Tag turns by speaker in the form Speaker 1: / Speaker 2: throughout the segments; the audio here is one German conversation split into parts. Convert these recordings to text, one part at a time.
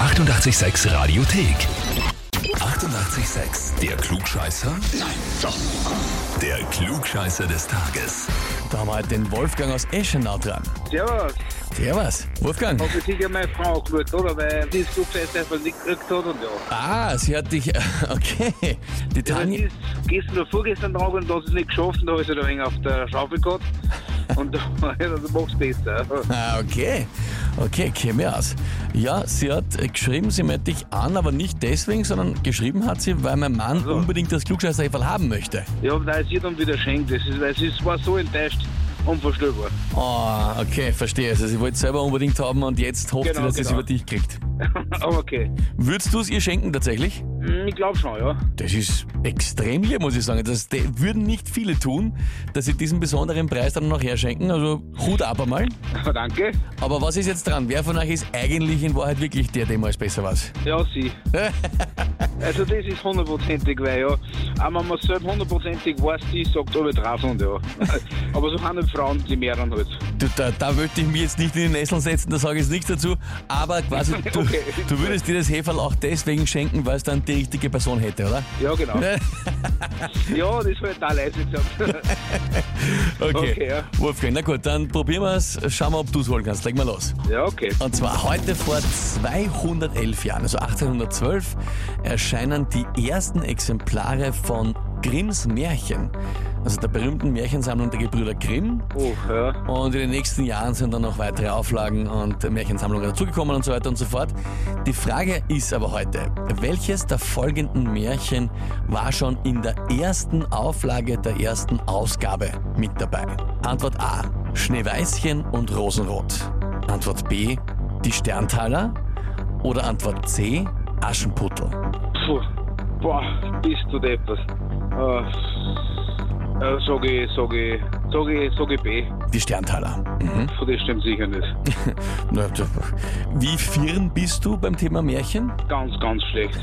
Speaker 1: 886 Radiothek. 88,6. Der Klugscheißer? Nein, doch. Der Klugscheißer des Tages.
Speaker 2: Da haben wir halt den Wolfgang aus Eschenau dran.
Speaker 3: Servus.
Speaker 2: Servus. Wolfgang.
Speaker 3: Habe ich sicher meine Frau angeschaut, oder? Weil die ist Flugzeit einfach nicht gekriegt hat und ja.
Speaker 2: Ah, sie hat dich. Okay. Die
Speaker 3: Also die
Speaker 2: Tanja.
Speaker 3: ist gestern oder vorgestern dran und hat es nicht geschafft und da ist sie ein wenig auf der Schaufel gehabt. Und da war ich, also mach's besser.
Speaker 2: Ah, okay. Okay, käme aus. Ja, sie hat äh, geschrieben, sie meldet dich an, aber nicht deswegen, sondern geschrieben hat sie, weil mein Mann unbedingt das Klugscheißer haben möchte.
Speaker 3: Ja, und da ist ihr dann wieder schenkt. Das ist, weil sie ist- war so enttäuscht. Unvorstellbar.
Speaker 2: Ah, okay, verstehe. Also sie wollte selber unbedingt haben und jetzt hofft sie,
Speaker 3: Genau,
Speaker 2: dass sie es
Speaker 3: genau.
Speaker 2: über dich kriegt.
Speaker 3: Aber okay.
Speaker 2: Würdest du es ihr schenken tatsächlich?
Speaker 3: Hm, Ich glaube schon, ja.
Speaker 2: Das ist extrem lieb, muss ich sagen. Das de- würden nicht viele tun, dass sie diesen besonderen Preis dann noch herschenken. Also Hut ab einmal.
Speaker 3: Aber danke.
Speaker 2: Aber was ist jetzt dran? Wer von euch ist eigentlich in Wahrheit wirklich der, dem alles besser war?
Speaker 3: Ja, sie. Also das ist hundertprozentig, weil ja, auch wenn man selbst hundertprozentig weiß, die sagt alle drauf und ja. Aber so haben die Frauen, die mehren halt.
Speaker 2: Du, da, da möchte ich mich jetzt nicht in den Nesseln setzen, da sage ich jetzt nichts dazu. Aber quasi, du,
Speaker 3: Okay.
Speaker 2: du würdest dir das Heferl auch deswegen schenken, weil es dann die richtige Person hätte, oder?
Speaker 3: Ja, genau. Ja, das war da leise gesagt.
Speaker 2: Okay.
Speaker 3: Okay, ja.
Speaker 2: Wolfgang, na gut, dann probieren wir es. Schauen wir, ob du es holen kannst. Leg mal los.
Speaker 3: Ja, okay.
Speaker 2: Und zwar heute vor 211 Jahren, also 1812, erscheinen die ersten Exemplare von Grimms Märchen, also der berühmten Märchensammlung der Gebrüder Grimm.
Speaker 3: Oh, ja.
Speaker 2: Und in den nächsten Jahren sind dann noch weitere Auflagen und Märchensammlungen dazugekommen und so weiter und so fort. Die Frage ist aber heute, welches der folgenden Märchen war schon in der ersten Auflage der ersten Ausgabe mit dabei? Antwort A. Schneeweißchen und Rosenrot. Antwort B. Die Sterntaler. Oder Antwort C. Aschenputtel.
Speaker 3: Puh. Boah, bist du deppert. Äh, äh, sag ich, sag ich, sag ich, sag ich B.
Speaker 2: Die Sterntaler. Mhm.
Speaker 3: Von das stimmt sicher nicht.
Speaker 2: Na, d- Wie firm bist du beim Thema Märchen?
Speaker 3: Ganz, ganz schlecht.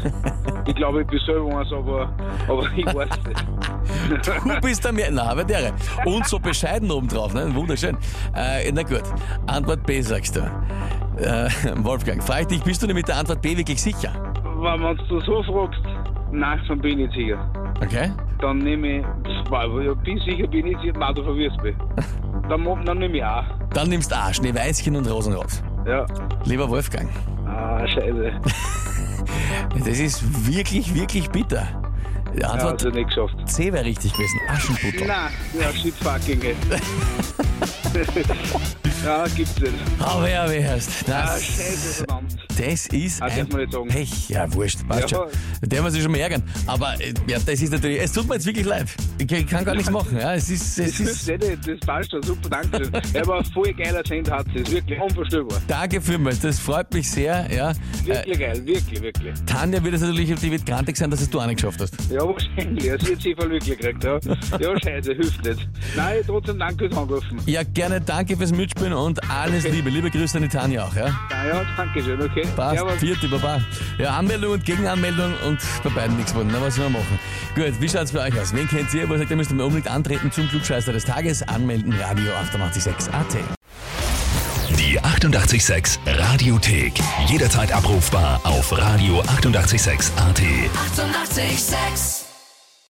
Speaker 3: Ich glaube, ich bin selber eins, aber, aber ich weiß nicht.
Speaker 2: Du bist der Märchen. Na, aber der. Und so bescheiden obendrauf, ne? Wunderschön. Äh, na gut, Antwort B sagst du. Äh, Wolfgang, frag ich dich, bist du dir mit der Antwort B wirklich sicher?
Speaker 3: Wenn man es so fragt, nein, dann bin ich nicht sicher.
Speaker 2: Okay?
Speaker 3: Dann nehme ich, pff, weil ich bin sicher, bin ich nicht sicher, nein, du verwirrst mich. Dann, mo- dann nehme ich A.
Speaker 2: Dann nimmst A, Schneeweißchen und Rosenrot.
Speaker 3: Ja.
Speaker 2: Lieber Wolfgang,
Speaker 3: Ah, scheiße.
Speaker 2: das ist wirklich, wirklich bitter. Die
Speaker 3: Ja,
Speaker 2: Antwort
Speaker 3: also nicht geschafft.
Speaker 2: C wäre richtig gewesen. Aschenputtel.
Speaker 3: Nein, Nou, ja, shit fucking it. ja, gibt's nicht.
Speaker 2: Aber ja, wie heißt
Speaker 3: Ah,
Speaker 2: das?
Speaker 3: scheiße, verdammt.
Speaker 2: Das ist
Speaker 3: Ah, darf
Speaker 2: ein
Speaker 3: man nicht sagen.
Speaker 2: Pech. Ja, wurscht, passt
Speaker 3: Ja.
Speaker 2: schon. Da dürfen wir sich schon mal ärgern. Aber äh, ja, das ist natürlich, es tut mir jetzt wirklich leid. Ich ich kann gar nichts machen. Ja, es ist,
Speaker 3: Das
Speaker 2: es
Speaker 3: ist
Speaker 2: ist,
Speaker 3: eh nicht, das passt schon, super, danke schön. Er war ein voll geiler Cent hat sie, ist wirklich unvorstellbar.
Speaker 2: danke vielmals, das freut mich sehr. Ja. Äh,
Speaker 3: Wirklich geil, wirklich, wirklich.
Speaker 2: Tanja wird es natürlich, die wird grantig sein, dass es du auch nicht geschafft hast.
Speaker 3: Ja, wahrscheinlich, er wird sie voll wirklich gekriegt, ja. Ja, scheiße, hilft nicht. Nein, trotzdem danke fürs Anrufen.
Speaker 2: Ja, gerne, danke fürs Mitspielen und alles Liebe. Liebe Grüße an die Tanja auch. Ja.
Speaker 3: Ja, ja, danke schön, okay.
Speaker 2: Passt,
Speaker 3: Servus.
Speaker 2: vierte, Baba. Ja, Anmeldung und Gegenanmeldung und bei beiden nichts geworden. Na, was soll man machen? Gut, wie schaut's bei euch aus? Wen kennt ihr, wo ihr sagt, ihr müsst mir unbedingt antreten zum Klugscheißer des Tages? Anmelden, Radio 886 AT.
Speaker 1: Die 88,6 Radiothek. Jederzeit abrufbar auf radio886.at. 88,6.
Speaker 4: Eighty-eight, sex.